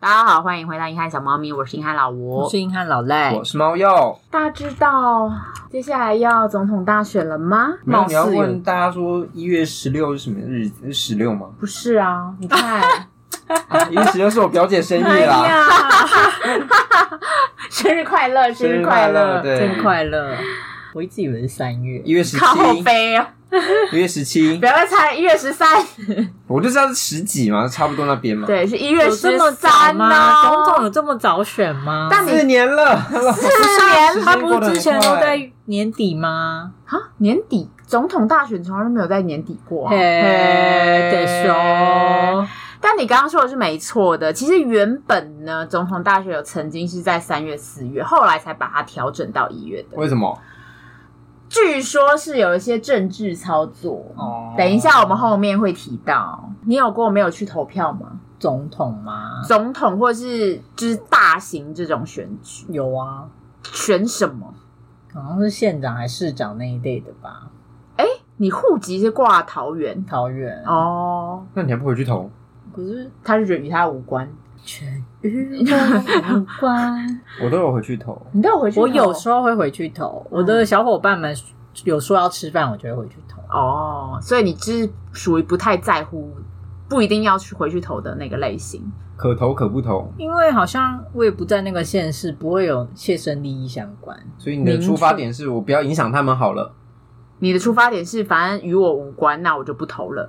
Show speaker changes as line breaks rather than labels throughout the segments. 好，欢迎回到硬汉小猫咪，我是硬汉老
我
吴。
是硬汉老赖
我，是猫药，
大家知道接下来要总统大选了吗？
没有
貌
你要
似有
问大家说一月十六是什么日子？十 六吗？啊
不是 啊？你看，
一月十六是我表姐生
哎
日啦，
呀，
生日快乐，生日快乐，
对，
真快乐！我一直以为是三月，
一月十七，
靠背哦，
一月十 七
不，要再猜一月十三，
我就知道是十几嘛，差不多那边嘛。，
对，是一月
有这
十
么早
三哦
吗？
呢。
总统有这么早选吗？
但
四年了，
四年
他不是之前都在年底吗？
啊，年底总统大选从来都没有在年底过、啊。
嘿，得熊，
但你刚刚说的是没错的。其实原本呢，总统大选有曾经是在三月、四月，后来才把它调整到一月的。
为什么？
据说是有一些政治操作。
哦
等一下，我们后面会提到。你有过没有去投票吗？
总统吗？
总统或是就是大型这种选举，
有啊，
选什么？
好像是县长还是市长那一类的吧？
你户籍是挂桃园
桃园，
哦，
那你还不回去投？
可是
他就觉得与他无关。
全与我无 关。
我都有回去投。
你都有回去投？
我有时候会回去投，我的小伙伴们有说要吃饭，我就会回去投。
哦，所以你是属于不太在乎，不一定要去回去投的那个类型。
可投可不投，
因为好像我也不在那个县市，不会有切身利益相关。
所以你的
明
出发
确
点是我不要影响他们好了。
你的出发点是反正与我无关，那我就不投了。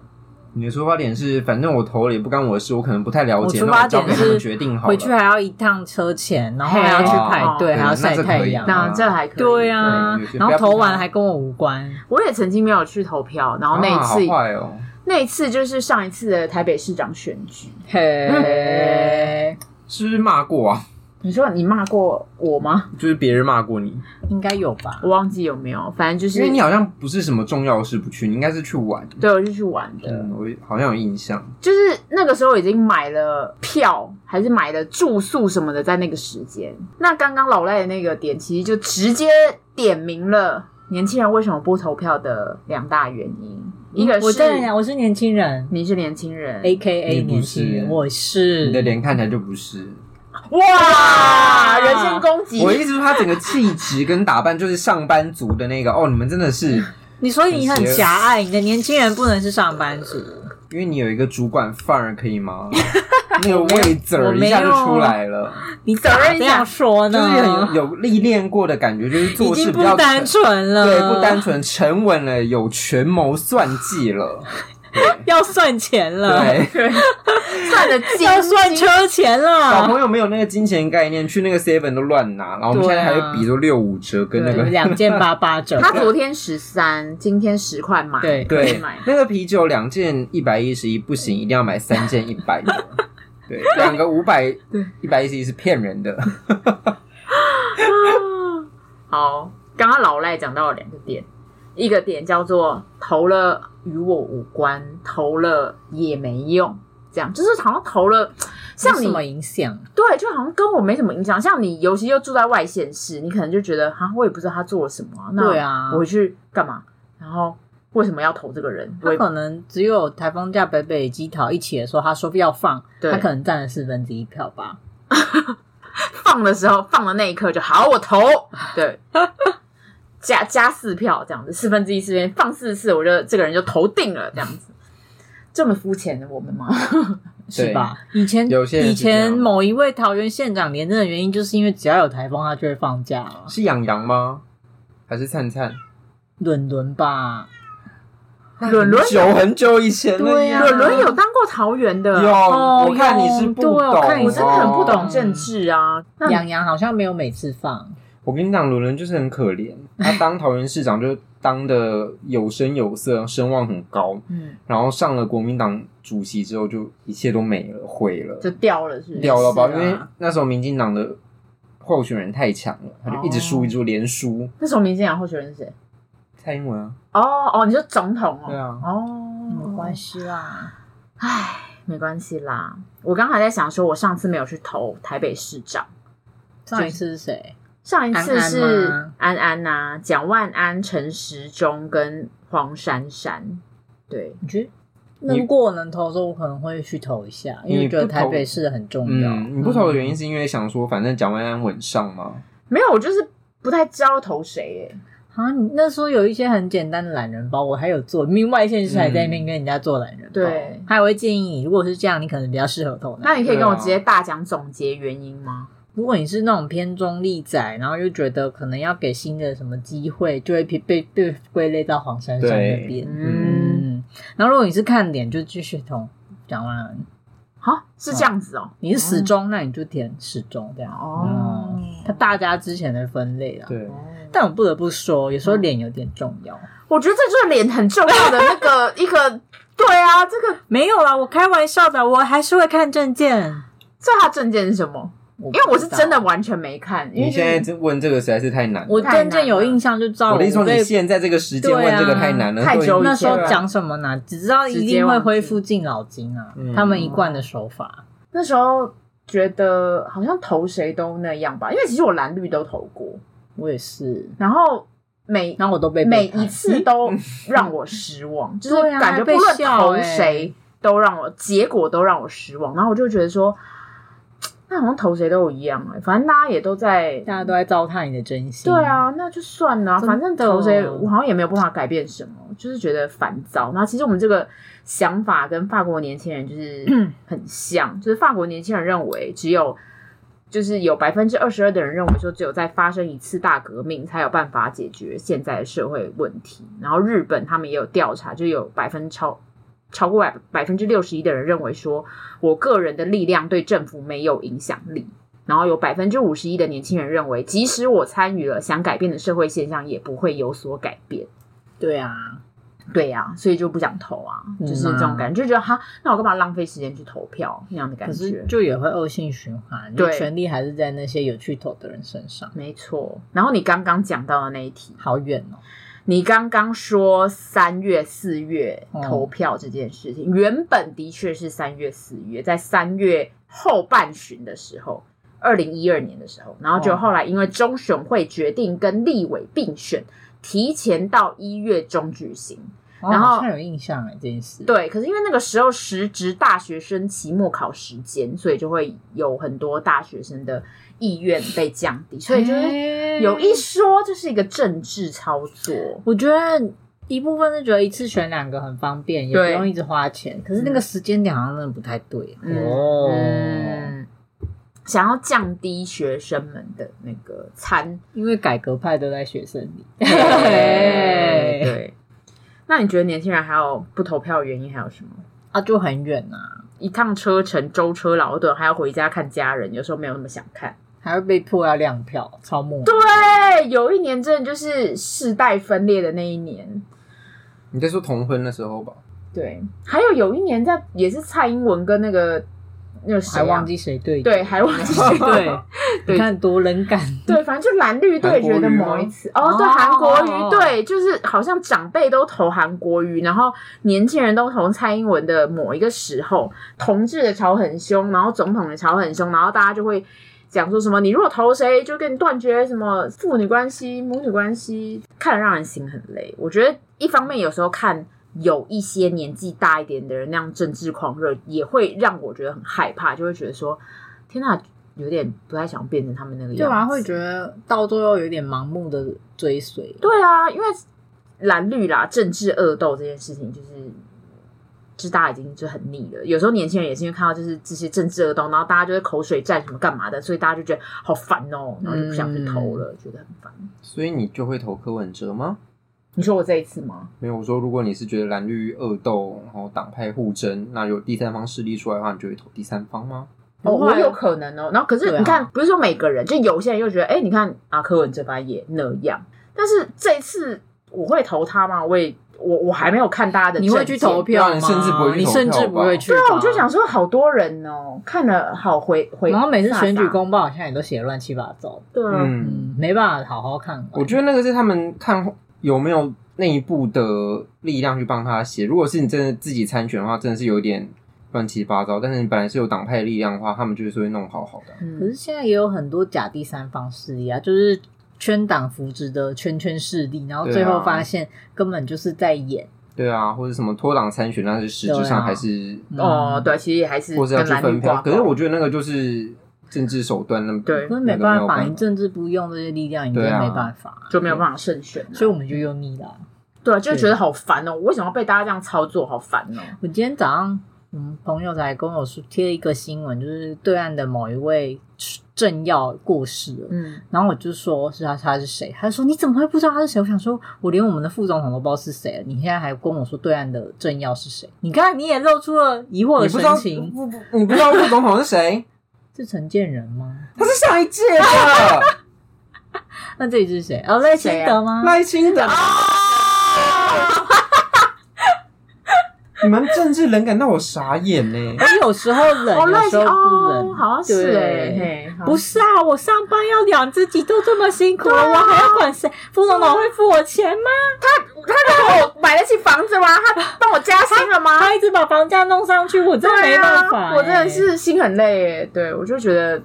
你的出发点是，反正我投了也不干我的事，我可能不太了解，
我出
那
发
我交给
点
他们
是
决定好了。啊
回去还要一趟车钱，然后还要去排
哦
队，还要晒
对那这可以
太阳。
那这还可以。
对啊
啊对有，些
然后投
不要不
完
要
还跟我无关。
我也曾经没有去投票，然后那一
啊好
次，
坏哦，
那一次就是上一次的台北市长选举。
嘿，
是不是骂过啊？
你说你骂过我吗？
就是别人骂过你，
应该有吧？
我忘记有没有，反正就
因
是
为你好像不是什么重要的事不去，你应该是去玩。
对我就去玩的，
嗯，我好像有印象。
就是那个时候已经买了票，还是买了住宿什么的，在那个时间。那刚刚老赖的那个点，其实就直接点明了年轻人为什么不投票的两大原因，一个
我在
是
我是年轻人
你是年轻人
，A K
你
A
不
年轻人，
是
我
你的
是。
脸看起来就不是，
哇，人身攻击，
我一直说他整个气质跟打扮就是上班族的那个 哦，你们真 的是，
你说你很狭隘，你的年轻人不能是上班族。
因为你有一个主管范儿可 以吗？那个位子
我
儿一
没有
下就出来了，
你怎么这样说
就是
呢
很？有历练过的感觉，就是
已
做
经
事
不
比较
单纯了，
对，不单纯，沉稳了，有权谋算计了，
要算钱了。
对。
算的精
要算
精
车钱
啊
小
了，
朋友没有那个金钱概念，去那个 seven 都乱拿，然后我们
对
现
啊
在还会比说六五折跟那
对
个
啊
两件八八 折，
他昨天十三，今天十块买，
对
可以
对
买，
那个啤酒两件一百一十一不行，一定要买三件一 百的，对，两个五百一百一十一是骗 人的，
好，刚刚老赖讲到了两个点，一个点叫做投了与我无关，投了也没用，这样就是好像投了，
像
像
什
你
么影响？
对，就好像跟我没什么影响。像你，尤其又住在外县市，你可能就觉得哈，我也不知道他做了什么、那
对啊
我回去干嘛？然后为什么要投这个人？我
他
也
可能只有台风假北北基桃一起的时候，他说要放，
对
他可能占了四分之一票吧。
放的时候，放的那一刻就好，我投，对，加加四票这样子，四分之一时间放四次，我就这个人就投定了这样子。这么肤浅的我们吗？
是吧？以前
有些人是
以
这样
前某一位桃园县长连任的原因，就是因为只要有台风，他就会放假啊
是养羊吗？还是灿灿？
伦伦吧，
伦伦
很久很久以前了
对
呀
啊
伦伦有当过桃园的，
有，
哦
我看你是
有
不
对
懂
我看
哦，
你
啊我真的很不懂政治啊。那你
杨洋好像没有每次放，
我跟你讲，伦伦就是很可怜，他当桃园市长就当的有声有色，声望很高，
嗯，
然后上了国民党主席之后，就一切都没了，毁了，
就掉了是不是？
掉了吧？
是
因
啊
为那时候民进党的候选人太强了，他就一直输，一直输连输。
那时候民进党候选人是谁？
蔡英文啊，
哦哦，你说总统哦，
对啊
哦，
没关系啊啦。
唉，没关系啦。我刚才在想说，我上次没有去投台北市长。
上一次是谁？
上一次
安安
是
吗
安安呐、蒋万安、陈时中跟黄珊珊。对，
你觉得如果我能投的时候，我可能会去投一下，因为觉得台北市很重要。
嗯，你不投的原因是因为想说，反正蒋万安稳上嘛。
没有，我就是不太知道投谁耶。
啊，你那时候有一些很简单的懒人包，我还有做，另外一些是还在那边跟人家做懒人包。
对
他还会建议你，如果是这样，你可能比较适合投
那
那。
你可以跟我
对啊
直接大讲总结原因吗？
如果你是那种偏中立仔，然后又觉得可能要给新的什么机会，就会被被被归类到黄珊珊那边。
嗯，
嗯，然后如果你是看脸，就继续投蒋万安。
好，是这样子哦。
你是始终，那你就填始终这样。
哦
嗯，它大家之前的分类啦。
对，
但我不得不说，有时候
嗯
脸有点重要。
我觉得这就是脸很重要的那个一个。对啊，这个
没有啦，我开玩笑的，我还是会看证件。
这他证件是什么？
因
因为我是真的，完全没看，因为
你
就是
现在这问这个实在是太难了。
我证件有印象就知道。
我的意思说，你
对
现在这个时间问这个太难了，
对啊太
对
久以前了
那时候讲什么呢？只知道一定会恢复敬老金啊
直接忘，记
他们一贯的手法。
那时候觉得好像投谁都那样吧，因为其实我蓝绿都投过，
我也是，
然后每
然后我都被
嗯每
背叛
一 次都让我失望，就是
对啊
感觉
还
不
被
论
笑
投
欸
谁都让我结果都让我失望，然后我就觉得说，那好像投谁都一样哎、反正大家也都在。
大家都在糟蹋你的真心。
对，啊，那就算了啊，
真的
反正投谁我好像也没有办法改变什么，就是觉得烦躁。然后其实我们这个想法跟法国年轻人就是 很像，就是法国年轻人认为只有就是有百分之二十二的人认为说只有在发生一次大革命才有办法解决现在的社会问题。然后日本他们也有调查，就有百分超。超过百百分之六十一的人认为说，我个人的力量对政府没有影响力。然后有百分之五十一的年轻人认为，即使我参与了想改变的社会现象，也不会有所改变。
对啊，
对呀、所以就不想投啊，
嗯
就是这种感觉，就觉得哈，那我干嘛浪费时间去投票那样的感
可
觉
是？就也会恶性循环，
对
就权力还是在那些有去头的人身上。
没错。然后你刚刚讲到的那一题，
好远哦，
你刚刚说三月、四月
嗯
投票这件事情，原本的确是三月、四月，在三月后半旬的时候，二零一二年的时候，然后就
哦
后来因为中选会决定跟立委并选，提前到一月中举行。然
哦
后
好像有印象哎，这件事。
对，可是因为那个时候时值大学生期末考时间，所以就会有很多大学生的意愿被降低，嗯所以就是
是
有一说，这是一个政治操作。
我觉得一部分是觉得一次选两个很方便，也不
对
用一直花钱。可是那个时间点好像真的不太对。
嗯
哦，
嗯，想要降低学生们的那个参
因为改革派都在学生里。
对对。那你觉得年轻人还有不投票的原因还有什么？
啊，就很远啊，
一趟车程舟车劳顿，还要回家看家人，有时候没有那么想看。
还会被迫要亮票，超莫名。对
对，啊有一年真的就是世代分裂的那一年。
你在说同婚的时候吧？
对，还有有一年在也是蔡英文跟那个那个谁、
还
啊，
忘记谁对决
对，还忘 记谁
对，
对
你看多冷感。
对，反正就蓝绿队觉得某一次，
国瑜吗，
哦对，
哦
嗯韩国
哦
瑜
哦
对，就是好像长辈都投韩国瑜，然后年轻人都投蔡英文的某一个时候，同志的吵很凶，然后总统的吵很凶，然后大家就会。讲说什么？你如果投谁，就跟你断绝什么父女关系、母女关系，看得让人心很累。我觉得一方面有时候看有一些年纪大一点的人那样政治狂热，也会让我觉得很害怕，就会觉得说，天呐，有点不太想变成他们那个样子。
对啊，会觉得到最后有点盲目的追随。
对啊，因为蓝绿啦，政治恶斗这件事情，就是就是大家已经就很腻了。有时候年轻人也是因为看到就是这些政治恶斗，然后大家就会口水战什么干嘛的，所以大家就觉得好烦哦、然后就不想去投
嗯
了，觉得很烦。
所以你就会投柯文哲吗？
你说我这一次吗？
没有，我说如果你是觉得蓝绿恶斗，然后党派互争，那有第三方势力出来的话，你就会投第三方吗？
哦，
不
我
会
有可能哦、然后可是
对啊
你看，不是说每个人，就有些人又觉得，哎、你看啊，柯文哲吧也那样，但是这一次我会投他吗？我也我我还没有看大家的，
你会去投。票
对啊
吗？
你甚至不会去
你
投
甚
票
至
吧
不会去。
对啊，我就想，说，好多人哦、看了好回回，
然后每次选举
飒飒
公报好像也都写得乱七八糟，
对啊，
嗯，
嗯，没办法好好看完。
我觉得那个是他们看有没有内部的力量去帮他写。如果是你真的自己参选的话，真的是有点乱七八糟。但是你本来是有党派力量的话，他们就是会弄好好的。
可
嗯
是现在也有很多假第三方势力啊，就是圈党扶植的圈圈势力，然后最
对
后
啊
发现根本就是在演，
对啊，或者什么脱党参选，但是实质
对啊
上还是，
嗯
哦，对，其实也还是
或者要
跟
去
蓝
分
绿
票。
挂
可
钩。
是我觉得那个就是政治手段，那
对
可是没
那个
办法，
有
你政治不用这些力量，你真
对
的
啊
没办法，
就没有办法胜选啊，
所以我们就用力了。
对啊，就觉得好烦哦！我为什么要被大家这样操作？好烦哦！
我今天早上，嗯，朋友才跟我说贴了一个新闻，就是对岸的某一位政要过世了。
嗯，
然后我就说是他，他是谁？他就说你怎么会不知道他是谁？我想说，我连我们的副总统都不知道是谁了，你现在还跟我说对岸的政要是谁？你看你也露出了疑惑
你
的
不知道
神情，
不不，你不知道副总统是谁？
是陈建仁吗？
他是上一届的
那这里是谁？哦，赖清
谁啊
德吗？
赖清
啊
德。 你们政治冷感到我傻眼呢、
我哎有时候冷，有
哦，赖
时候
清
不冷，
哦，好像是哎，
对
嘿好
不是啊，我上班要养自己都这么辛苦了，我还要管谁？副总统会付我钱吗？
他让哦我买得起房子吗？他帮我加薪了吗？
他一直把房价弄上去，我真的
对
没
啊
办法欸、
我真的是心很累耶。对，我就觉得。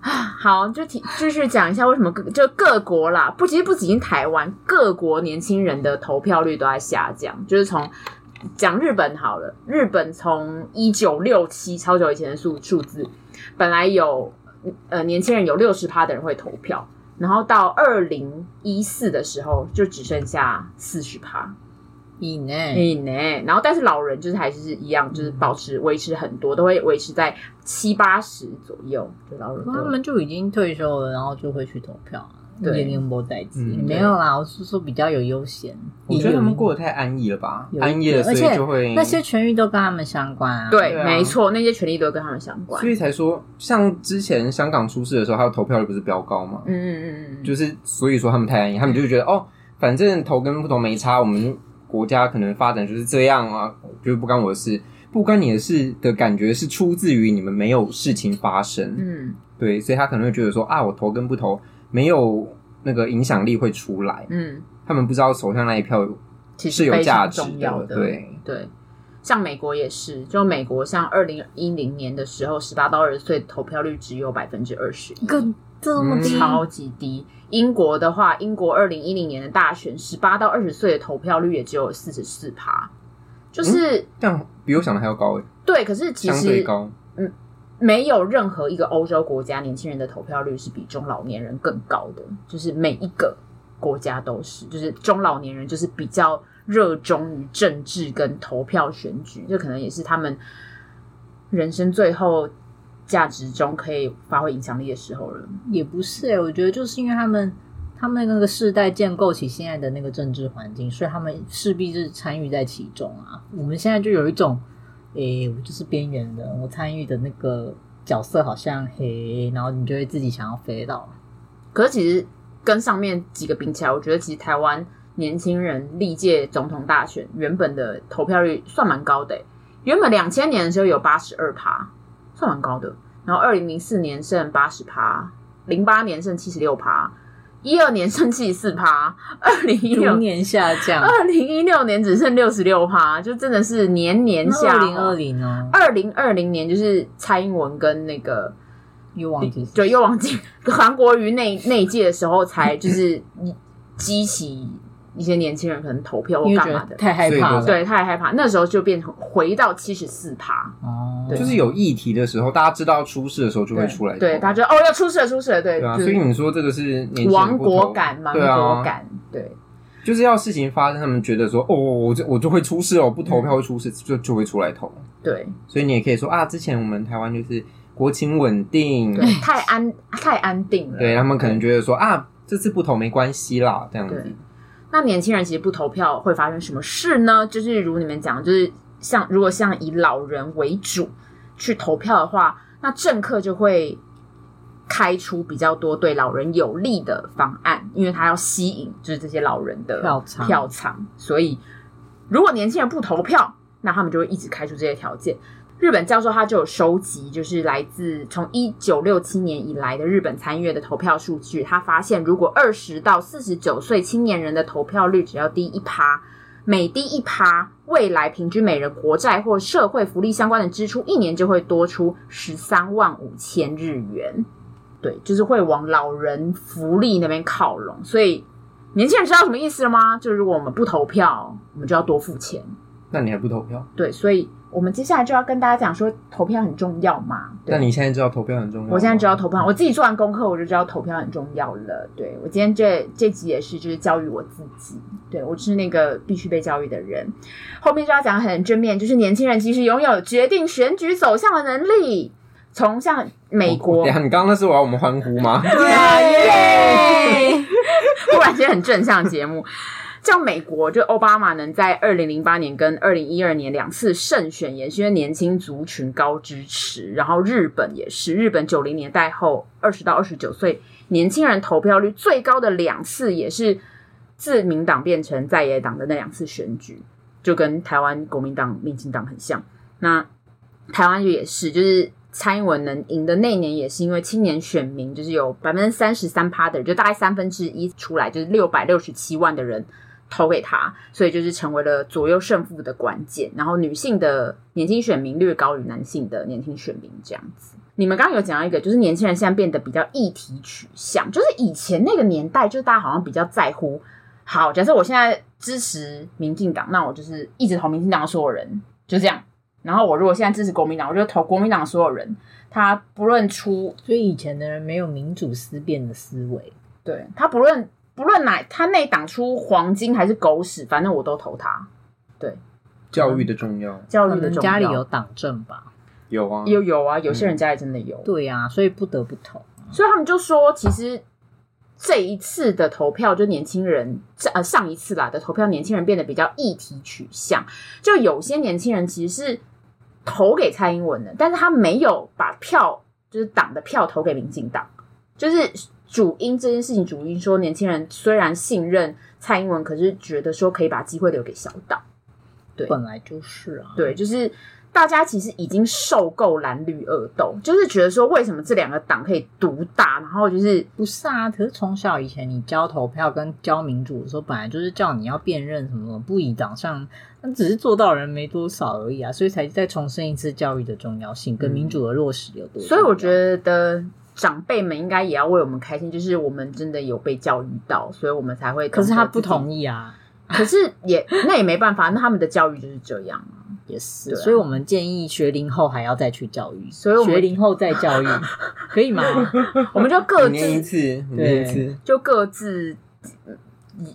啊，好，就提继续讲一下为什么各就各国啦，不，其实不仅台湾，各国年轻人的投票率都在下降。就是从讲日本好了，日本从一九六七超久以前的数数字，本来有呃年轻人有六十趴的人会投票，然后到二零一四的时候就只剩下四十趴，
以内，
哎
嗯呢，然后但是老人就是还是一样，
嗯
就是保持维持很多，都会维持在七八十左右，就老人
他
多。
们就已经退休了，然后就会去投票啊。
对
年龄不在职，
嗯
没有啦，我是说比较有悠闲。
我觉得他们过得太安逸了吧
有一，点
安逸了，所
而
以
且
就会
那些权益都跟他们相关啊。
对，
对啊
没错，那些权利都跟他们相关。
所以才说，像之前香港出事的时候，他的投票率不是飙高吗？
嗯嗯嗯嗯，
就是所以说他们太安逸，他们就觉得哦，反正投跟不投没差，我们国家可能发展就是这样啊，就是不干我的事，不干你的事的感觉是出自于你们没有事情发生，
嗯
对，所以他可能会觉得说啊，我投跟不投没有那个影响力会出来，
嗯，他
他们不知道手上那一票
其
是
实
有
非
价
常
值
重要的。
对，
对，像美国也是，就美国像二零一零年的时候，十八到二十岁投票率只有百分之二十一，
更这么
嗯
低，
超级低。英国的话，英国二零一零年的大选，十八到二十岁的投票率也只有四十四趴，就是、
但比我想的还要高诶，
对。可是其
相对
实
高，
没有任何一个欧洲国家年轻人的投票率是比中老年人更高的，就是每一个国家都是，就是中老年人就是比较热衷于政治跟投票选举，这可能也是他们人生最后价值中可以发挥影响力的时候了。
也不是哎、我觉得就是因为他们他们那个世代建构起现在的那个政治环境，所以他们势必是参与在其中啊。我们现在就有一种，诶、我就是边缘人，我参与的那个角色好像嘿，然后你就会自己想要飞到。
可是其实跟上面几个比起来，我觉得其实台湾年轻人历届总统大选原本的投票率算蛮高的欸、原本两千年的时候有八十二趴，算蛮高的。然后二零零四年剩八十趴，零八年剩七十六趴，一二年剩七十四趴，二零一
逐
六
年下降，
二零一六年只剩六十六趴，就真的是年年下
二
滑。
零二零哦，
二零二零年就是蔡英文跟那个
又忘记
对，又忘记韩国瑜那那一届的时候，才就是激起一些年轻人可能投票或
因为
干
觉
嘛
得
的，
太害怕了，
所以
对，太害怕。那时候就变成回到七十四趴，
哦，
对
就是有议题的时候，大家知道出事的时候就会出来投，
对，大家就哦要出事了，出事了，对，
对啊，
就
所以
是
你说这个是年轻人不
亡国
投
感、亡
对啊
国感，对，
就是要事情发生，他们觉得说，哦，我就我就会出事哦，不
嗯
投票会出事，就就会出来投。
对，
所以你也可以说啊，之前我们台湾就是国情稳定，
对，太安太安定了，
对他们可能觉得说啊，这次不投没关系啦，这样
对
子。
那年轻人其实不投票会发生什么事呢？就是如你们讲，就是像如果像以老人为主去投票的话，那政客就会开出比较多对老人有利的方案，因为他要吸引就是这些老人的
票仓
票仓。所以如果年轻人不投票，那他们就会一直开出这些条件。日本教授他就有收集，就是来自从一九六七年以来的日本参议院的投票数据。他发现，如果二十到四十九岁青年人的投票率只要低一趴，每低一趴，未来平均每人国债或社会福利相关的支出，一年就会多出十三万五千日元。对，就是会往老人福利那边靠拢，所以年轻人知道什么意思了吗？就是如果我们不投票，我们就要多付钱。
那你还不投票？
对，所以我们接下来就要跟大家讲说，投票很重要嘛。对
那你现在知道投票很重要吗？
我现在知道投票，我自己做完功课，我就知道投票很重要了。对我今天这这集也是，就是教育我自己。对我是那个必须被教育的人。后面就要讲很正面，就是年轻人其实拥有决定选举走向的能力。从像美国
等哦啊一，下你刚刚那是我要我们欢呼吗？
对啊，耶！突然间很正向的节目。像美国，就奥巴马能在二零零八年跟二零一二年两次胜选，也是因为年轻族群高支持。然后日本也是，日本九零年代后二十到二十九岁年轻人投票率最高的两次，也是自民党变成在野党的那两次选举，就跟台湾国民党、民进党很像。那台湾也是，就是蔡英文能赢的那一年，也是因为青年选民就是有百分之三十三趴的人，就大概三分之一出来，就是六百六十七万的人投给他，所以就是成为了左右胜负的关键。然后女性的年轻选民略高于男性的年轻选民，这样子。你们刚刚有讲到一个，就是年轻人现在变得比较议题取向，就是以前那个年代，就是大家好像比较在乎。好，假设我现在支持民进党，那我就是一直投民进党的所有人，就这样。然后我如果现在支持国民党，我就投国民党的所有人，他不论出
所以以前的人没有民主思辨的思维，
对他不论不论哪他那党出黄金还是狗屎，反正我都投他。
教育的重要
教
可
育的
能
重
家里
要
有党政吧？
有啊，
有有啊，有些人家里真的有，
对呀、啊，所以不得不投。
所以他们就说，其实这一次的投票，就年轻人这呃上一次啦的投票，年轻人变得比较议题取向，就有些年轻人其实是投给蔡英文的，但是他没有把票就是党的票投给民进党，就是主因这件事情，主因说年轻人虽然信任蔡英文，可是觉得说可以把机会留给小党。对
本来就是啊，
对，就是大家其实已经受够蓝绿恶斗，就是觉得说为什么这两个党可以独大，然后就是
不是啊，可是从小以前你教投票跟教民主的时候，本来就是叫你要辨认什么什么不以党项，那只是做到人没多少而已啊，所以才再重申一次教育的重要性跟
嗯
民主的落实有多重要、
所以我觉得长辈们应该也要为我们开心，就是我们真的有被教育到，所以我们才会。
可是他不同
意，
意啊，
可是也那也没办法，那他们的教育就是这样啊。
也是，
对啊
所以我们建议学龄后还要再去教育，
所以我们
学龄后再 教育可以吗？
我们就各
五年一
自
次，五年一次，
就各自，嗯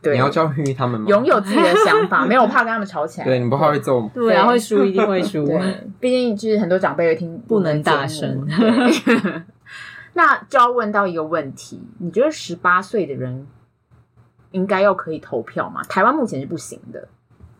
对，
你要教育他们吗？
拥有自己的想法，没有我怕跟他们吵起来。
对，你不怕会揍吗？
对啊，会输一定会输，
对，毕竟就是很多长辈会听
不
我们
能大
节
声
目。对那就要问到一个问题：你觉得十八岁的人应该要可以投票吗？台湾目前是不行的。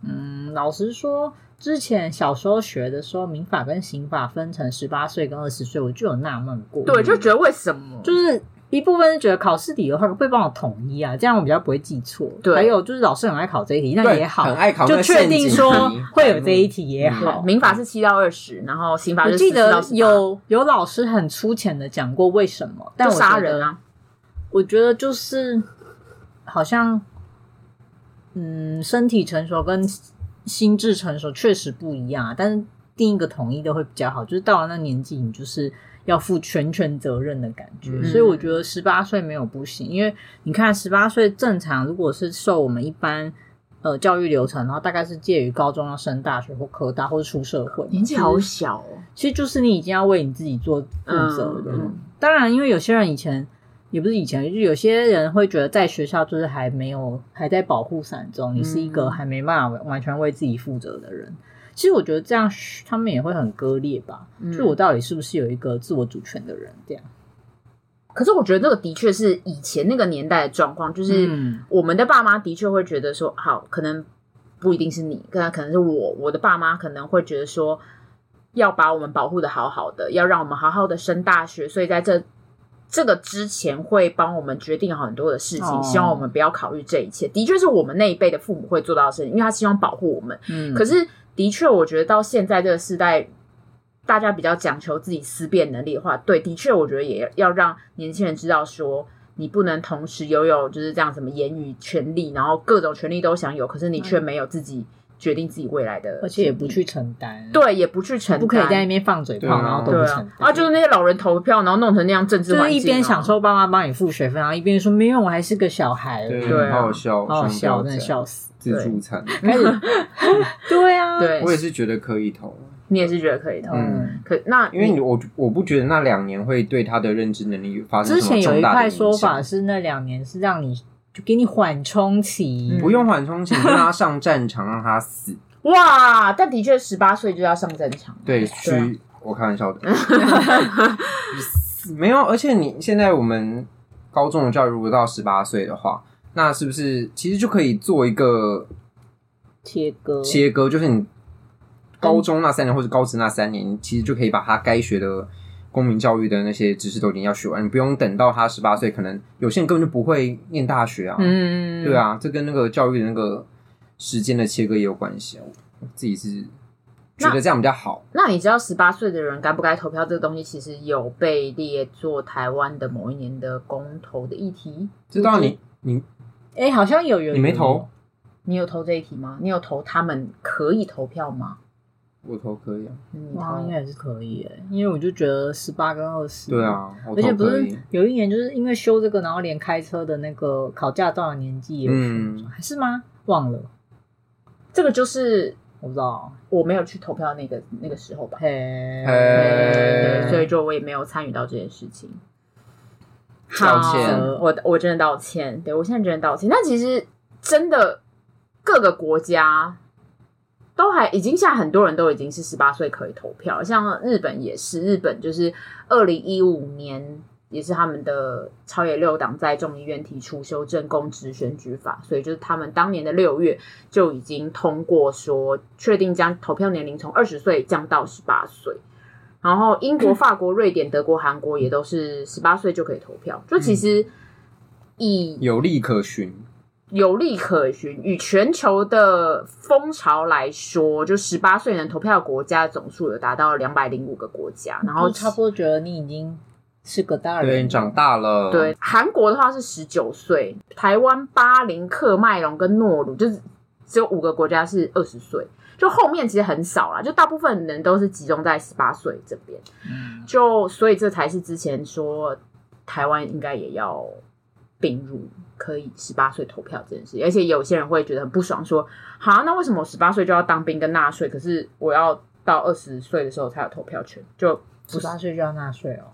嗯，老实说，之前小时候学的时候，民法跟刑法分成十八岁跟二十岁，我就有纳闷过。
对，就觉得为什么？就
就是是一部分是觉得考试理由会不会帮我统一啊，这样我比较不会记错。
对
还有就是老师很爱考这一题，那
对，
也好
很，爱考，
就
那
确
陷
定
阱
说
题嗯
会有这一。题也好。
民法是七到二十，然后刑法
我
是
记
14到
得
18
有有老师很粗浅的讲过为什么，但
就
我
杀
觉
人
得
啊，
我觉得就是好像，嗯，身体成熟跟心智成熟确实不一样啊，但是定一个统一的会比较好。就是到了那年纪，你就是要负全权责任的感觉。
嗯
所以我觉得十八岁没有不行，因为你看十八岁正常，如果是受我们一般。呃，教育流程，然后大概是介于高中要升大学或科大，或者出社会嘛，
年纪好小哦。
其实就是你已经要为你自己做负责了。
嗯
当然，因为有些人以前也不是以前，就是有些人会觉得在学校就是还没有还在保护伞中，你是一个
嗯
还没办法完完全为自己负责的人。其实我觉得这样他们也会很割裂吧，
嗯
就我到底是不是有一个自我主权的人这样？
可是我觉得这个的确是以前那个年代的状况，就是。
嗯，
我们的爸妈的确会觉得说，好，可能不一定是你，可可能是我，我的爸妈可能会觉得说，要把我们保护的好好的，要让我们好好的升大学，所以在这这个之前会帮我们决定好很多的事情，
哦
希望我们不要考虑这一切。的确是我们那一辈的父母会做到的事情，因为他希望保护我们。
嗯
可是的确，我觉得到现在这个时代，大家比较讲求自己思辨能力的话，对，的确，我觉得也要让年轻人知道说。你不能同时拥有就是这样什么言语权利，然后各种权利都享有，可是你却没有自己决定自己未来的，
而且也不去承担，，
嗯对，啊也不去承担，
不可以在那边放嘴
对
炮，
啊
然后都不
对
承
啊
担，
啊，就是那些老人投票，然后弄成那样政治
就
环
是
境啊，
一边享受爸妈帮你付学费，然后一边说没有，我还是个小孩，
对啊
好好笑，
好好
双
笑，
标
真的
仔
笑哎死。
自助餐，
开始，对啊，，
对
我，也是觉得可以投，
你也是觉得可以
嗯
投，
嗯，
可那
因为你我我不觉得那两年会对他的认知能力发生
之
什
前
么
有一
重大的
派
影
说
响
法。是那两年是让你就给你缓冲期，
不用缓冲期，就让他上战场，让他死。
哇，但的确十八岁就要上战场，
对，
对啊
虚，我开玩笑的。 没有，而且你现在我们高中的教育，如果到十八岁的话，那是不是其实就可以做一个
切割，
切割？就是你高中那三年或者高职那三年，你其实就可以把他该学的公民教育的那些知识都已经要学完，你不用等到他十八岁，可能有些人根本就不会念大学啊。
嗯，
对，啊，这跟那个教育的那个时间的切割也有关系啊。我自己是觉得这样比较好。
那你知道十八岁的人该不该投票这个东西，其实有被列作台湾的某一年的公投的议题。
知道你你
哎，好像有有
你没投，
你有投这一题吗？你有投他们可以投票吗？
我投可以啊。
你
有我好像应
投
该也是可以诶，因为我就觉得十八跟二十，
对。啊，我
嗯而且
投
不
可
是
以。
有一年，就是因为修这个，然后连开车的那个考驾照的年纪也有选
嗯
中，还是吗？忘了，
这个就是
我不知道。
我没有去投票那个那个时候吧。
嘿，
对，
嘿
所以就我也没有参与到这件事情。
道歉
好我我真的道歉，对我现在真的道歉。但其实真的各个国家都还已经现在很多人都已经是十八岁可以投票，像日本也是，日本就是二零一五年。也是他们的朝野六党在众议院提出修正公职选举法，所以就是他们当年的六月就已经通过说，确定将投票年龄从二十岁降到十八岁。然后英国、法国、瑞典、德国、韩国也都是十八岁就可以投票。就其实以
有利可循，
有利可循，与全球的风潮来说，就十八岁能投票的国家总数有达到两百零五个国家。然后
就嗯差不多觉得你已经是个大人了，
对你长大了，
对，韩国的话是十九岁，台湾、巴林、喀麦隆跟诺鲁，就是只有五个国家是二十岁，就后面其实很少啦，就大部分人都是集中在十八岁这边，
嗯，
就所以这才是之前说台湾应该也要并入。可以十八岁投票这件事，而且有些人会觉得很不爽，说：“好，那为什么我十八岁就要当兵跟纳税？可是我要到二十岁的时候才有投票权？”就
十八岁就要纳税哦。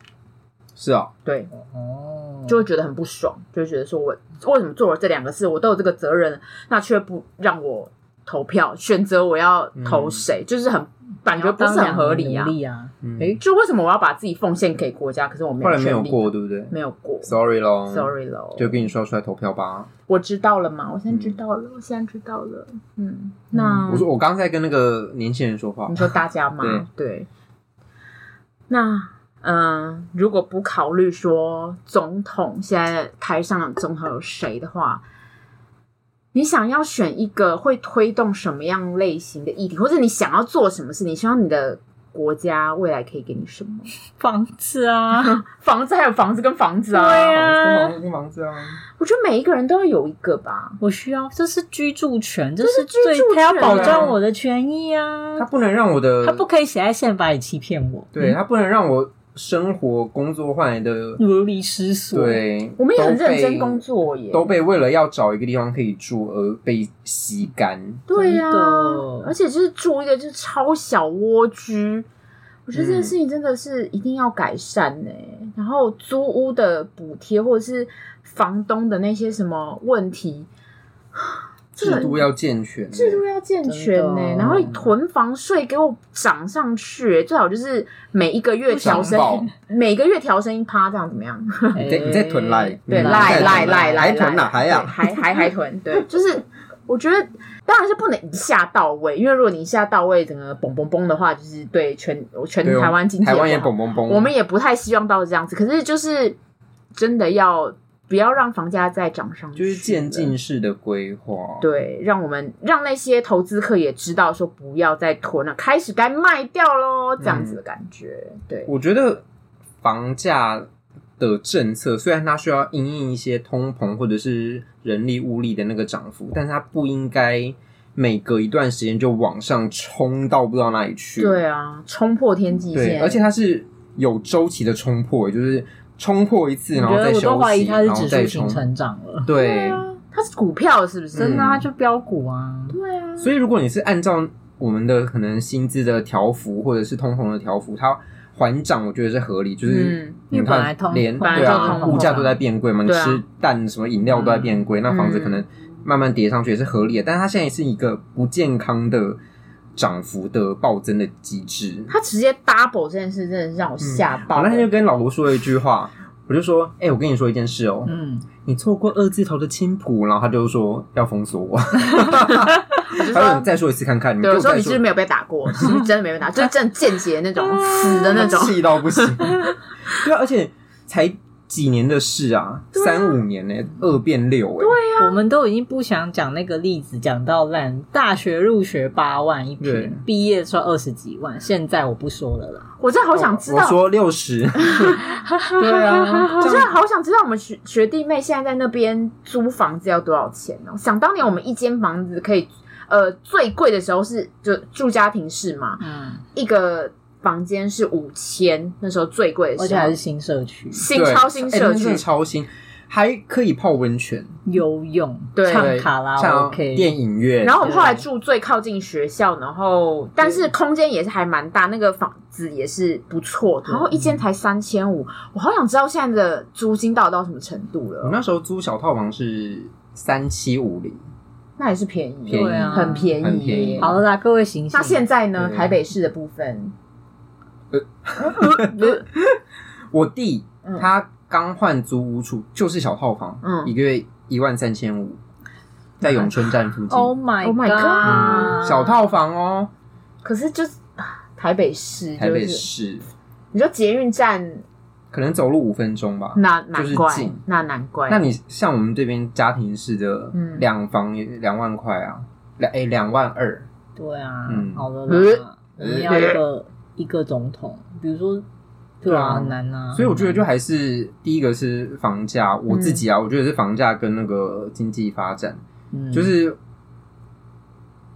是啊，
对，
哦，
就会觉得很不爽，就会觉得说我为什么做了这两个事，我都有这个责任，那却不让我投票，选择我要投谁，就是很感觉不是很合理
啊
啊。。
嗯
诶
就为什么我要把自己奉献给国家，可是我没
后
有
来没
权
有
利，
过，对不对
没有过
？Sorry 咯
Sorry 喽，
就跟你说出来投票吧。
我知道了嘛，我现在知道了，我现在知道了，嗯，那
我说我刚才跟那个年轻人说话
你，说大家吗？对。那嗯、呃如果不考虑说总统现在台上总统有谁的话，你想要选一个会推动什么样类型的议题，或者你想要做什么事？你希望你的国家未来可以给你什么？
房子啊，
房子还有房子跟房子啊，
对啊
房子跟房子啊，
我觉得每一个人都要有一个吧。
我需要，这是居住权，这是
居住
最
权
他要
啊
保障我的权益啊
他，不能让我的，
他不可以写在宪法里欺骗我，
对他不能让我生活工作换来的，
流离失所。，
对，
我们也很
都被
认真工，作耶，
都被为了要找一个地方可以住而被吸干。
对
真
呀、
的
而且就是住一个就是超小蜗居，我觉得这件事情真的是一定要改善呢、然后租屋的补贴或者是房东的那些什么问题，这
制度要健全，
制度要健全呢、
真的
然后囤房税给我涨上去、欸最好就是每一个月调
涨爆
升，每个月调升一趴，这样怎么样？
你
哎
在你在囤赖，
对，
嗯
赖赖赖赖，
还囤哪
赖
还呀
对？还还还囤，对， 就是我觉得当然是不能一下到位，因为如果你一下到位，整个嘣嘣嘣的话，就是对全全
对哦
台湾经济
台湾也
不好
蹦蹦蹦，
我们也不太希望到这样子，可是就是真的要不要让房价再涨上去，
就是渐。进式的规划。，
对，让我们让那些投资客也知道说不要再囤了，开始该卖掉喽，这样子
嗯
的感觉。对，
我觉得房价的政策虽然它需要因应一些通膨或者是人力物力的那个涨幅，但是它不应该每隔一段时间就往上冲到不知道哪里去。
对啊，冲破天际
对，
线，
而且它是有周期的冲破，就是冲破一次，
我
然
觉
后再
得
休
我都
息，
怀疑它是
然后
指
再嗯
数型
冲。
成长了，
对
对，
啊，它是股票是不是？
真的啊，
嗯
就标股啊，
对啊，
所以如果你是按照我们的可能薪资的调幅或者是通膨的调幅，它缓涨，我觉得是合理，就是。
嗯，
你
因为本
看
来通
连
本来
对
就
啊，
通膨
物价都在变贵嘛，你
对啊
吃蛋什么饮料都在变贵，
嗯
那房子可能慢慢叠上去也是合理的。但它现在是一个不健康的涨幅的暴增的机制。
他直接 double 这件事真的是让我吓
我
爆
那天就
了。
跟老卢说了一句话，我就说：“哎、我跟你说一件事哦、
嗯，
你错过二字头的青浦。”然后他就说要封锁我，
我就
他说：“你
说，
再说一次看看。”你给
对，我说
再
你是不是没有被打 过？是不是真的没被打？就是真的间接那种
啊
死的那种。
气到不行。 对啊，而且才几年的事啊，三五年呢、二变六哎、
我们都已经不想讲那个例子，讲到烂。大学入学八万一
对
平，毕业说二十几万，现在我不说了啦。
我真的好想知
我
道，
说 六十，
对啊，
我真的好想知道我们学学弟妹现在在那边租房子要多少钱哦。想当年我们一间房子可以，呃，最贵的时候是就住家庭式嘛，
嗯，
一个房间是五千，那时候最贵
而
的时
且还
候
是。新社区，
新超新
哎那
社
真
区
的，超新，还可以泡温泉，
游泳、
对
唱卡拉
像
OK，
电影院，
然后我们
对
后来住最靠近学校，然后但是空间也是还蛮大，那个房子也是不错，然后一
嗯
间才三千五，我好想知道现在的租金到底到什么程度
我
了，
那时候租小套房是三七五零，
那也是便宜，
便宜
对啊
很便宜，
很便宜
好了啦，各位醒醒。
那现在呢？
对
台北市的部分，
呃哦
我弟
嗯
他刚换租屋处，就是小套房，
嗯
一个月一万三千五，在永春站附近，嗯
Oh my
Oh my
god！
小套房哦，
可是就是啊台北市，
台北
就是
市，
你说捷运站，
可能走路五分钟吧。
那
就是
难怪
近，
那难怪，
那你像我们这边家庭式的
嗯
两房也两万块啊，两哎两万二，
对啊，
嗯
好了
呃
啦，我们要一个一个总统，比如说，对
对
啊，
啊
很难
嗯
啊。
所以我觉得就还是第一个是房价，我自己
嗯
啊，我觉得是房价跟那个经济发展，
嗯
就是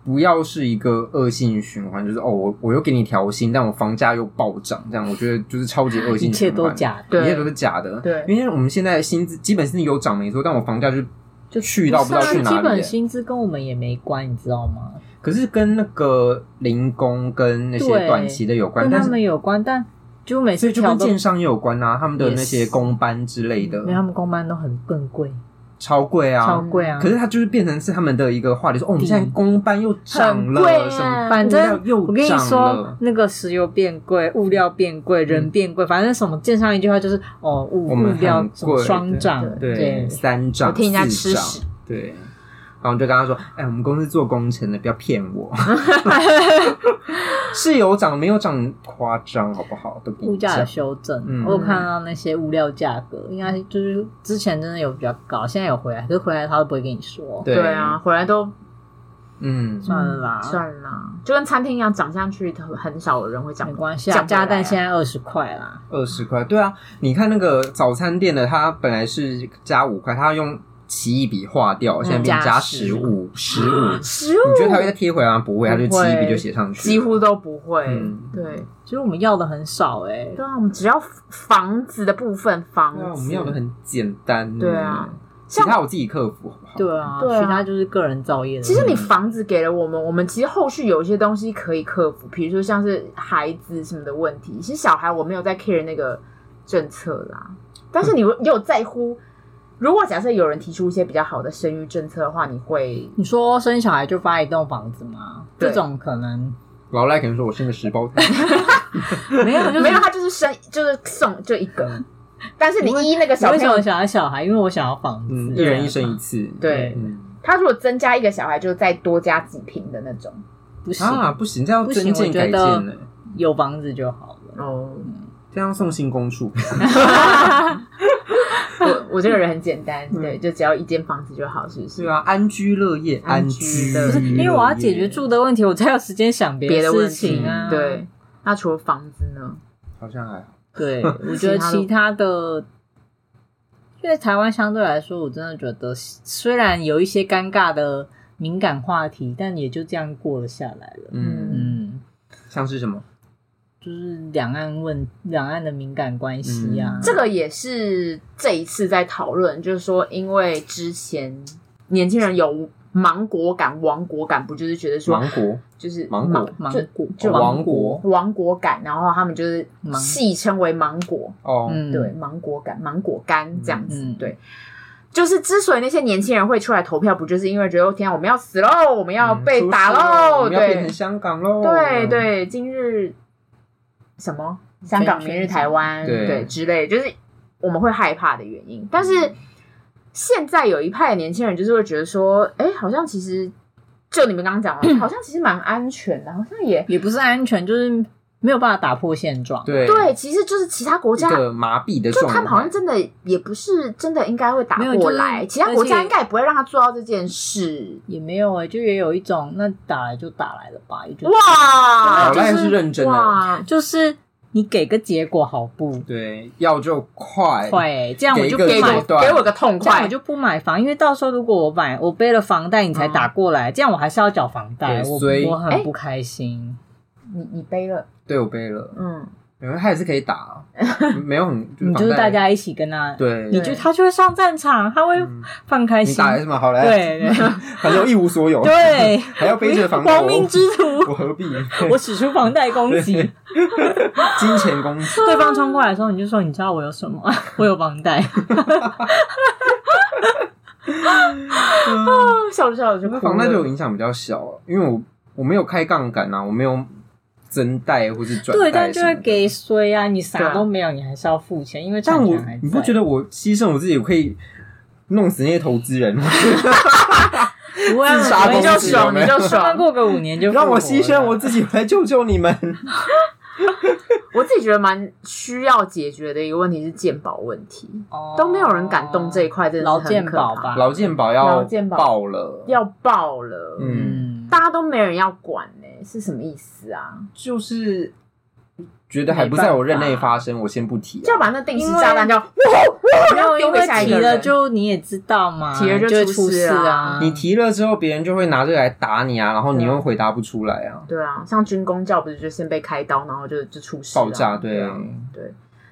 不要是一个恶性循环，就是哦我我又给你调薪，但我房价又暴涨，这样我觉得就是超级恶
一
性
切
循环，
都，假的。
对
一切都是假的，
对
因为我们现在薪资基本薪资有涨没错，但我房价就就去到不知道
不是
去
啊
哪
基
里了
本薪资跟我们也没关，你知道吗？
可是跟那个零工跟那些
对
短期的有关，
跟
但
他
是
们有关，但就每
所
次
以就
调
跟
都，
建商也有关啊，他们的
也
那些
是
工班之类的
因为他们公班都很更贵，
超贵
超
啊。
贵啊。
可是它就是变成是他们的一个话题，说哦，我们现在工班又涨
很贵
了，
啊
什么
反正
嗯物料又
我跟你
涨
说
了，，嗯
那个石油变贵，物料变贵，人变贵，反正什么建商一句话就是哦，物
我
物
们
料
很贵
双涨，
对，三涨，
我听人家
四
吃
涨
屎，
对。然后我就跟他说：“哎，我们公司做工程的，不要骗我， 是有涨没有涨夸张，好不好？都比
物价的修正，
嗯
我有看到那些物料价格，应该就是之前真的有比较高，现在有回来，可是回来他都不会跟你说，
对
对啊，，回来都
嗯，
算了啦，
算了，就跟餐厅一样，涨上去很很少有人会涨
没，关系啊，
讲
涨
不回来
价
啊
蛋现在二十块啦，
二十块，对啊，你看那个早餐店的，它本来是加五块，它用奇异笔划掉，现在变加
加
十
十
五，十五。
食物
你觉得它会再贴回来吗？不会，它就
哦不
奇
会
异笔就写上去了，
几乎都不会
嗯，
对
其实我们要的很少哎、
对啊，我们只要房子的部分，房
对啊，我们
子
要的很简单。
对啊，
其他我自己克服，好不好？
对啊，
对啊
其他就是个人造业的。
其实你房子给了我们，我们其实后续有一些东西可以克服，比如说像是孩子什么的问题。其实小孩我没有在 care 那个政策啦，但是你如你有在乎？如果假设有人提出一些比较好的生育政策的话，你会
你说生小孩就发一栋房子吗？
对
这种可能
老赖可能说我生个十胞胎，
没有，就是
没有？他就是生就是送就一个， 但是你依那个
我
小
为
朋
什么
友，
想要小孩？因为我想要房子，
嗯，一人一生一次，
对
嗯
他如果增加一个小孩，就再多加几瓶的那种。
不行，
啊，不行，这要
不行
增建
我觉
改建
得
呢，
有房子就好了。
哦，
这样送新公处。
我我这个人很简单，
嗯
对，就只要一间房子就好，是不是？
对啊，安居乐业，
安
居
居乐
乐业，
业
不是，因为我要解决住的问题，我才有时间想
别
别
的
事
问题
情啊。
对，那除了房子呢？
好像还好。
对，我觉得其他的，因为台湾相对来说，我真的觉得虽然有一些尴尬的敏感话题，但也就这样过了下来了。
嗯，
嗯，
像是什么？
就是两岸问两岸的敏感关系啊，
嗯
这个也是这一次在讨论，就是说，因为之前年轻人有芒果感、亡国感，不就是觉得说
芒果
就是
芒果
芒
就
果
就
哦王国
亡国感，然后他们就是
芒
戏称为芒果，
哦，
嗯，
对，芒果感、芒果干这样子，
嗯
对。就是之所以那些年轻人会出来投票，不就是因为觉得天啊，我们要死喽，我们要
嗯
被
出
打
事了
喽，
我们要变
对
成，香港喽，
对对，今日什么香港，
全
明日台湾，
对
对之类，就是我们会害怕的原因。但是现在有一派的年轻人，就是会觉得说，哎，好像其实就你们刚刚讲 的，好像其实蛮安全的，好像也
也不是安全，就是没有办法打破现状。
对
对，其实就是其他国家
一。个麻痹的
就
状态，
他们好像真的也不是真的应该会打
没有
过
就是
来，其他
而
国家
且
应该也不会让他做到这件事。
也没有哎、就也有一种那打来就打来了吧，也就
哇
老
就
赖
是
是认真的，
哇，
就是你给个结果好不？
对，要就快，
快、欸，这样我就不
哎给
给
一个
买
我
手段
给我个痛
这样
快
我，就不买房，因为到时候如果我买，我背了房贷你才打过来，这样我还是要缴房贷，
嗯对
我
所以哎
我
哎
很不开心。
你你背了，
对我背了，
嗯，
因为他也是可 以打，啊没有很，
你就是大家一起跟他，
对，
你就他就会上战场，他会
嗯
放开
你
心，
打还是蛮好来，，
对对
反正我一无 所有，
对，
还要背着房贷，
亡命之徒，
我 何必？
我使出房贷攻击，
金钱攻击，
对方冲过来的时候，你就说你知道我有什么？ 我有房贷，
啊笑着笑着就哭了
房贷对我影响比较小，啊因为我我没有开杠杆啊，我没有增贷或是转
对，
贷
但就
什么的，
会给衰啊，你
对啊
啥都没有，你还是要付钱，因为
但
产
我
权还在。
你不觉得我牺牲我自己，我可以弄死那些投 资人吗？
不会啊
自杀
我
你
们
攻击
就
就
爽，你就
慢慢
爽。
过个五年就
让
复
我
活
牺牲
了
我自己，我来救救你们。
我自己觉得蛮需要解决的一个问题是鉴宝问题，
哦
都没有人敢动这一块，真的
劳
是很
健
可
保
怕。
吧，
劳健保要
劳健保
爆了，
要爆了，
嗯
嗯，
大家都没人要管呢、是什么意思啊？
就是觉得还不在我任内发生，我先不提、
就要
啊。
把那定时炸弹就
没
要
有
丢
因
给
为
下一
提
个
了
人，
就你也知道嘛，
提了就
就会
出
出
事
事
啊
啊，
你提了之后，别人就会拿这个来打你啊，然后你又回答不出来啊，
对啊，像军工教不是就先被开刀，然后就就出事、啊、
爆炸，对啊，
对，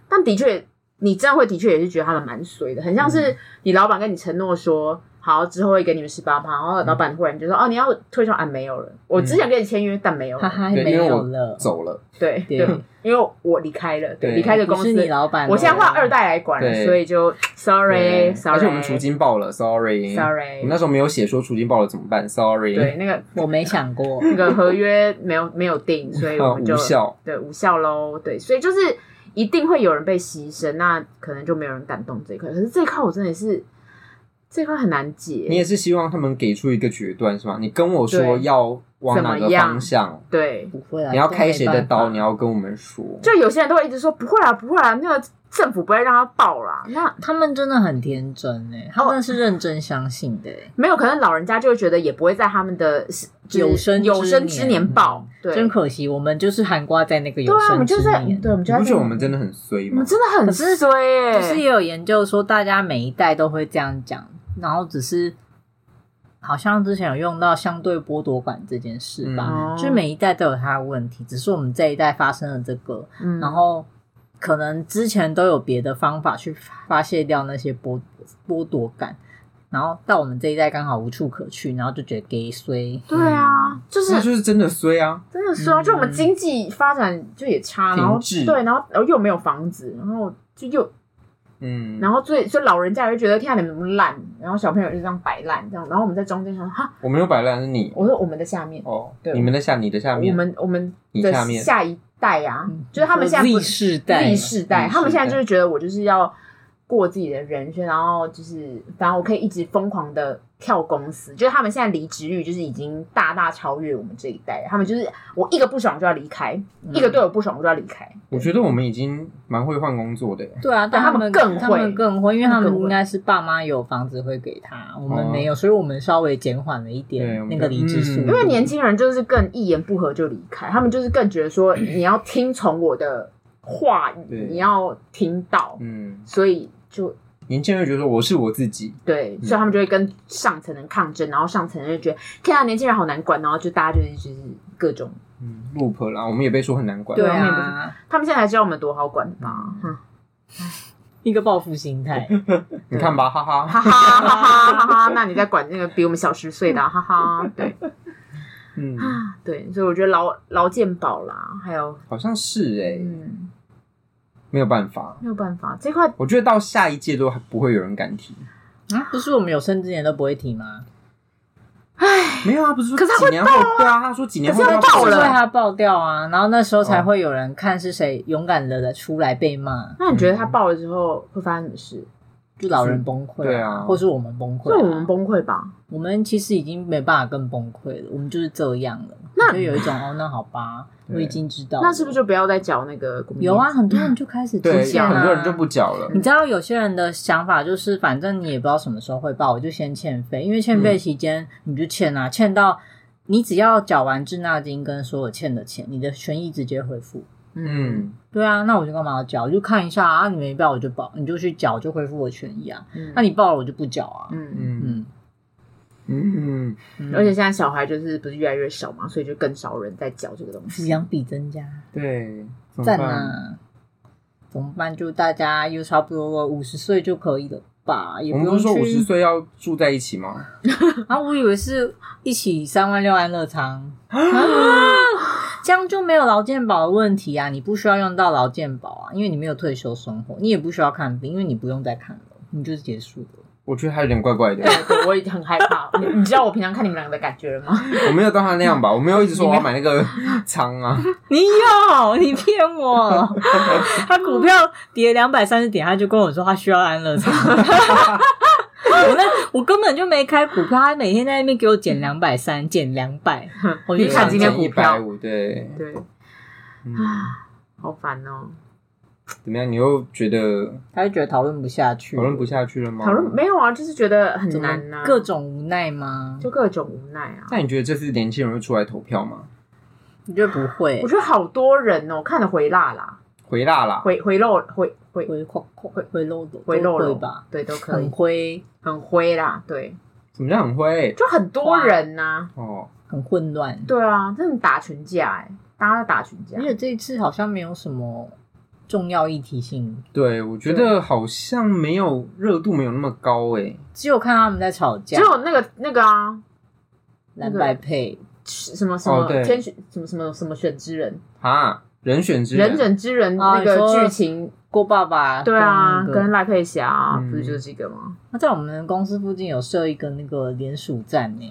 但的确，你这样会的确也是觉得他们蛮衰的，很像
嗯
是你老板跟你承诺说。好，之后会给你们十八趴，然后老
嗯
板忽然就说：“哦，你要退休啊？没有了，我之前跟你签约，但没有了。
哈哈，
对
没
因为我
有了，
走了，
对
对
对，因为我离开了，对，
对
离开这个公
不是你
司，
老板了，
我现在换二代来管了，
哦对
所以就 sorry
对
sorry，
而且我们赎金爆了，sorry
Sorry
我那时候没有写说赎金爆了怎么办，sorry，
对，那个
我没想 过，
那个合约没有没有定，所以
呃
我们就
无效，
对无效喽，对，所以就是一定会有人被牺牲，那可能就没有人敢动这一块。可是这一块我真的是这一块很难
你
解，
也是希望他们给出一个决断是吗？你跟我说
对
要往哪
怎么
个
样
方向，
对，
不会啊，
你要开谁的刀，你
要
要跟我们说，
就有些人都会一直说不会啦，不会啦，那个政府不会让他爆啦，那
他们真的很天真哎，他
哦
们是认真相信的哎，
没有，可能老人家就会觉得也不会在他们的就是
有生嗯
有生之年爆，对，
真可惜，我们就是含瓜在那个
对
有
啊，我
生
们就
之
在，
年。
对，我们
你
就在
不觉
这
得
个
我们真的很衰
我
吗
们？真的很
可是
衰
可
耶，
是也有研究说，大家每一代都会这样讲，然后只是好像之前有用到相对剥夺感这件事吧，
嗯
就是每一代都有它的问题，只是我们这一代发生了这个，
嗯
然后可能之前都有别的方法去发泄掉那些剥剥夺感，然后到我们这一代刚好无处可去，然后就觉得 给衰，
对啊，就是
那就是真的衰啊，
真的是啊，
嗯
就我们经济发展就也差，然后
停滞
对，然后然后又没有房子，然后就又
嗯，
然后所以所以老人家也会觉得天啊你们怎么烂，然后小朋友就这样摆烂这样，然后我们在中间想说哈，
我没有摆烂，是你啊
我说我们的下面，
哦
对，
你们的下，你的下
我
面，
们我们
你
的
下面嗯
下一代啊，就是他们现在不
嗯 Z 世代
Z 世代，
Z
他们现在
世代
就是觉得我就是要过自己的人生，然后就是反正我可以一直疯狂的跳公司，就是他们现在离职率就是已经大大超越我们这一代，他们就是我一个不爽就要离开，
嗯
一个对我不爽我就要离开，
我觉得我们已经蛮会换工作的耶，
对啊，但他
他们
们
更
他
会
们更会，因为他
更
们
会
应该是爸妈有房子会给他，我们
哦
没有，所以我们稍微减缓了一
对我
点
们
那个
就
离职速
嗯
度，
因为年轻人就是更一言不合就离开，他们就是更觉得说你要听从我的话语
对，
你要听到，
嗯，
所以就
年轻人会觉得说我是我自己，
对，所以他们就会跟上层人抗争，然后上层人就觉得天啊，年轻人好难管，然后就大家就是就是各种，
嗯，loop 啦，我们也被说很难管。
对啊
啊，
他们现在才知道我们多好管吧？
嗯
哼
一个报复心 态，
嗯你看吧，哈哈。
哈哈哈哈哈 哈，那你在管那个比我们小十岁的啊、哈哈，对
嗯，
啊，对，所以我觉得劳劳健保啦，还有
好像是哎、
嗯，
没有办法。
没有办法，这块
我觉得到下一届都还不会有人敢提。
啊不是我们有生之年都不会提吗？
没有啊，不是说
可是他
几
会
年后？对啊，他说几年后
可是
要
会爆了
所以他爆掉啊，然后那时候
哦
才会有人看是谁勇敢的的出来被骂，
那你觉得他爆了之后会发生什么事？
就老人崩溃、
对啊
或是我们崩溃、
就
啊，
我们，崩溃吧？
我们其实已经没办法更崩溃了，我们就是这样了，
那
就有一种哦，那好吧，
对
我已经知道了，
那是不是就不要再缴那个国民
哦有啊？
年金？
很多人就开始
对，
出现啊
很多人就不缴了。
你知道有些人的想法就是，反正你也不知道什么时候会报，我就先欠费，因为欠
嗯
费期间你就欠啊，欠到你只要缴完滞纳金跟所有欠的钱，你的权益直接恢复。
嗯，
对啊，那我就干嘛要缴？我就看一下啊，你没报我就报，你就去缴就恢复我权益啊。
嗯
那你报了我就不缴啊。
嗯，
嗯
嗯，
嗯
嗯
而且现在小孩就是不是越来越少嘛，所以就更少人在缴这个东
抚
西。
养比增加，
对，怎么
赞
办？
啊！怎么办？就大家又差不多五十岁就可以了吧？也
我
不
们
用
不是说
去
五十岁要住在一起吗？
啊，我以为是一起三万六安乐 仓，啊这样就没有劳健保的问题啊！你不需要用到劳健保啊，因为你没有退休生活，你也不需要看病，因为你不用再看了，你就是结束了。
我觉得还有点怪怪 的。
对我也很害 怕，你你知道我平常看你们两个的感觉了吗？
我没有到他
嗯
那样吧？我没有一直说我要买那个 仓啊。
你有，你骗 我！他股票跌两百三十点，他就跟我说他需要安乐仓。我那我根本就没开股票，他每天在那边给我减两百三，减两 百，我就
你看
想
今天
啊一
股
百
票啊
五，对，
对，
嗯，
好烦哦。
怎么样？你又觉得
他就觉得讨论不下去，
讨论不下去了吗？
讨论没有啊，就是觉得很
怎么
难呐、
各种无奈吗？
就各种无奈啊。
那你觉得这次年轻人会出来投票吗？
我觉得不会
我，觉得好多人哦，看得回辣啦，
回辣啦，
回回肉回回
回扣回回漏的
回肉
对
了
吧？？
对，都可
很
以，
灰，
很灰啦，对，
什么叫很灰？
就很多人呐、
哦，
很混乱。
对啊，真的打群架哎、大家都打群架
而，且这一次好像没有什么重要议题性，
对，我觉得好像没有热度，没有那么高欸诶、
只有看他们在吵架
只，有那个那个啊，
蓝白配
什么什么
哦对
天选什么什么什么选之人，
啊，人选之
人选之人
哦
那个
你说
剧情，
郭爸爸
对啊，
跟那
跟
个
赖佩霞啊
嗯
不是就是这个吗？
那在我们公司附近有设一个那个联署站呢、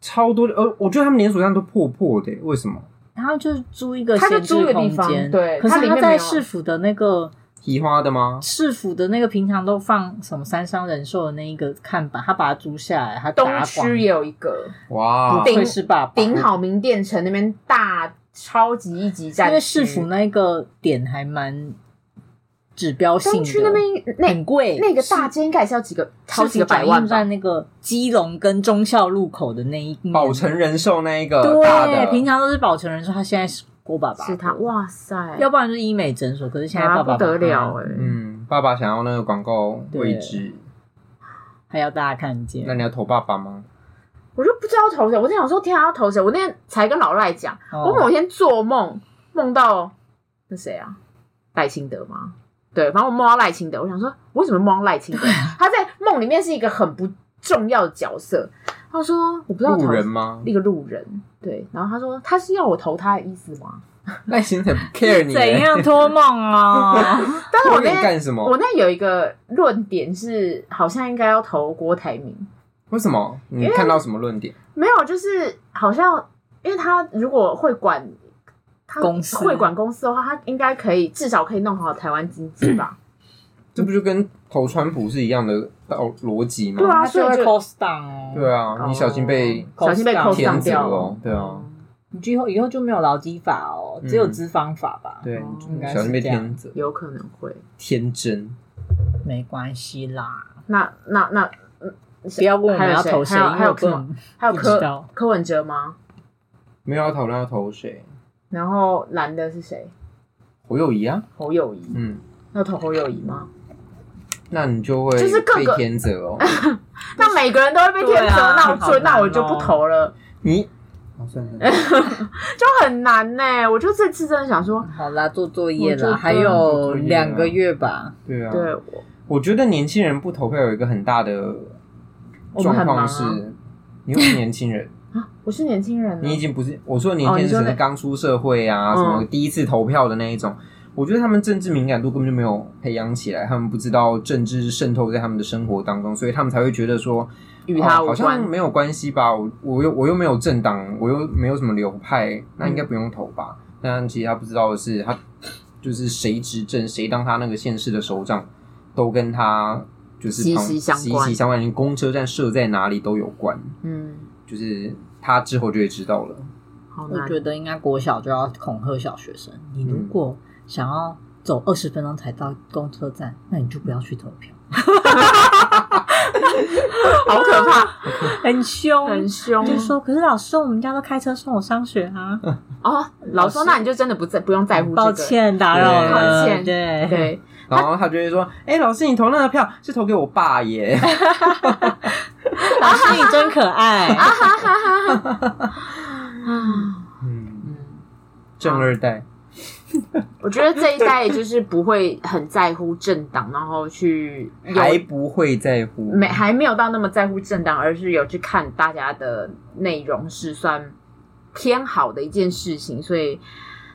超多的，呃，我觉得他们连锁站都破破的、欸为什么？
然后就租一个
他就
闲置
租一个地
空
方
间，
对
可
它
是
里
他
面没
在
有
市府的那个
提花的吗？
市府的那个平常都放什么三商人寿的那一个看板，他把它租下来，他打
东
广
区也有一个
哇，
顶
会是爸爸，
顶好名店城那边大超级一级战区，
因为市府那个点还蛮指标性的，
东区那边那
很贵，
那个大街应该也是要几个好
市
几
府
个百
转
万
运
吧
站？那个基隆跟忠孝路口的那一面
宝城人寿那一个大的，
对，平常都是宝城人寿，他现在是郭爸爸，
是他，哇塞，
要不然就是医美诊所，可是现在
啊
爸爸
不得了哎、
嗯，爸爸想要那个广告位置，
还要大家看见
那，你要投爸爸吗？
我就不知道投谁，我就想说天啊要投谁，我那天才跟老赖讲，
哦
我某天做梦梦到那谁啊，赖清德吗？对，反正我梦到赖清德，我想说我为什么梦到赖清德？他在梦里面是一个很不重要的角色，他说我不知道投
路人 吗？
一个路人，对，然后他说他是要我投他的意思吗？
赖清德不 care 你、
怎样托梦啊？
但是
投
我
你
那天
干什
我
哦
么？
那有一个论点是，好像应该要投郭台铭，
为什么？你看到什么论点？
没有，就是好像，因为他如果会管他
公司
会管公司的话，他应该可以至少可以弄好台湾经济吧？
这不就跟投川普是一样的道逻辑吗？
对
他
啊
就会
所以就
cost down 哦，
对啊，你小心被
哦小心被扣
cost down
上
天子
掉
哦，对啊，
嗯你以后以后就没有劳基法哦，只有资方法吧？
嗯对
哦，
你小心被天子
有可能会。
天真。
没关系啦，
那那那
不要问我们要投谁，
还有
因
谁
为我根
还有
本
还有
不
柯
知道
柯文哲吗？
没有要讨论要投谁，
然后蓝的是谁？
侯友谊啊，
侯友谊，
嗯，
要投侯友谊吗？
那你就会
就是各
被
个
天择 哦。
那每个人都会被天择，
对啊
那我所
好难
以
哦
那我就不投了，
你，哦算了算了
就很难呢、我就这次真的想说，
好啦，做作业
我觉得
啦，还
做
有
作业啊
两个月吧。
对啊，
对，我
我觉得年轻人不投票有一个很大的
我们
状
很忙
况
啊
是，你又是年轻人，
啊，我是年轻人呢，
你已经不是我说的年轻
哦
人，
你说
只
那
是刚出社会啊，
嗯
什么第一次投票的那一种。我觉得他们政治敏感度根本就没有培养起来，他们不知道政治渗透在他们的生活当中，所以他们才会觉得说
与他
哦
无
好
关
像。没有关系吧？我我又我又没有政党，我又没有什么流派，那
嗯
应该不用投吧？但其实他不知道的是，他就是谁执政，谁当他那个县市的首长，都跟他就是
息
旁
息相
息
关
息相关，连公车站设在哪里都有关，
嗯，
就是他之后就会知道了。
好
我
难。啊
觉得应该国小就要恐吓小学生，你如
嗯
果想要走二十分钟才到公车站，那你就不要去投票，
好可怕，
很凶
很凶。
就说，可是老师，我们家都开车送我上学啊，
哦，老师说，那你就真的不在不用在乎、这个。
抱，歉打扰
对
了，
抱歉
对，
对，
然后他就会说：“哎、老师，你投那个票是投给我爸耶。
老师你真可爱，
哈哈哈哈。啊，”
嗯，
嗯，
正二代，
我觉得这一代就是不会很在乎政党，然后去有
还不会在乎
没还没有到那么在乎政党，而是有去看大家的内容是算偏好的一件事情，所以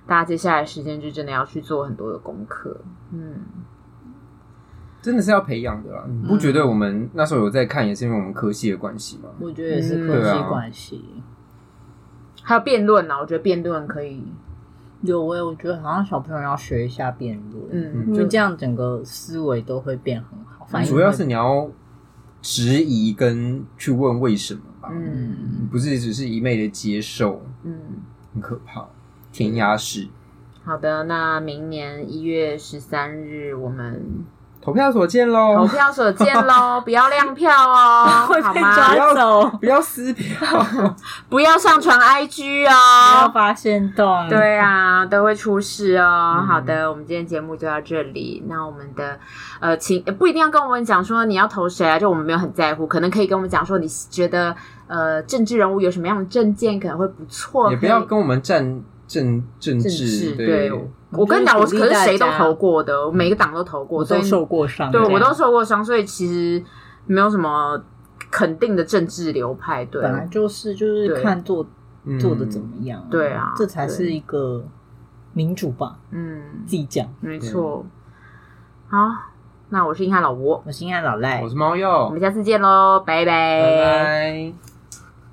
大家接下来时间就真的要去做很多的功课。嗯，
真的是要培养的啦。你不觉得我们那时候有在看，也是因为我们科系的关系吗？
我觉得也是科
嗯
对
技
啊
关系。
还有辩论啊，我觉得辩论可以，
有诶、我觉得好像小朋友要学一下辩论，
嗯，
因
就
为这样整个思维都会变很好。反应
嗯主要
会
是你要质疑跟去问为什么吧，
嗯
嗯，
不是只是一昧的接受，
嗯。
很可怕。填鸭式
好的，那明年一月十三日我们
投票所见
投
喽，
票所见 喽，不要亮票哦，好
嗯
吗？
要
走，
不要撕票。
不要上传 IG
不要
哦。
发现洞。，
对啊，都会出事哦。
嗯
好的，我们今天节目就到这里。那我们的呃，请呃不一定要跟我们讲说你要投谁啊，就我们没有很在乎，可能可以跟我们讲说你觉得呃政治人物有什么样的政见可能会不错，
也不要
可以
跟我们站政
政
政治
治对。我跟你讲，我可是谁都投过的，我每个党都投过，
我
所
都
以
受过伤，
对
这样
我都受过伤，所以其实没有什么肯定的政治流派。对，啊
本来就是就是
对
看做
嗯
做的怎么样，
对啊
这才是一个民主吧，
嗯
自，己讲。
没错。好，那我是硬汉老吴，
我心爱老赖
我，是猫
我
鼬
们，下次见喽，拜
拜拜。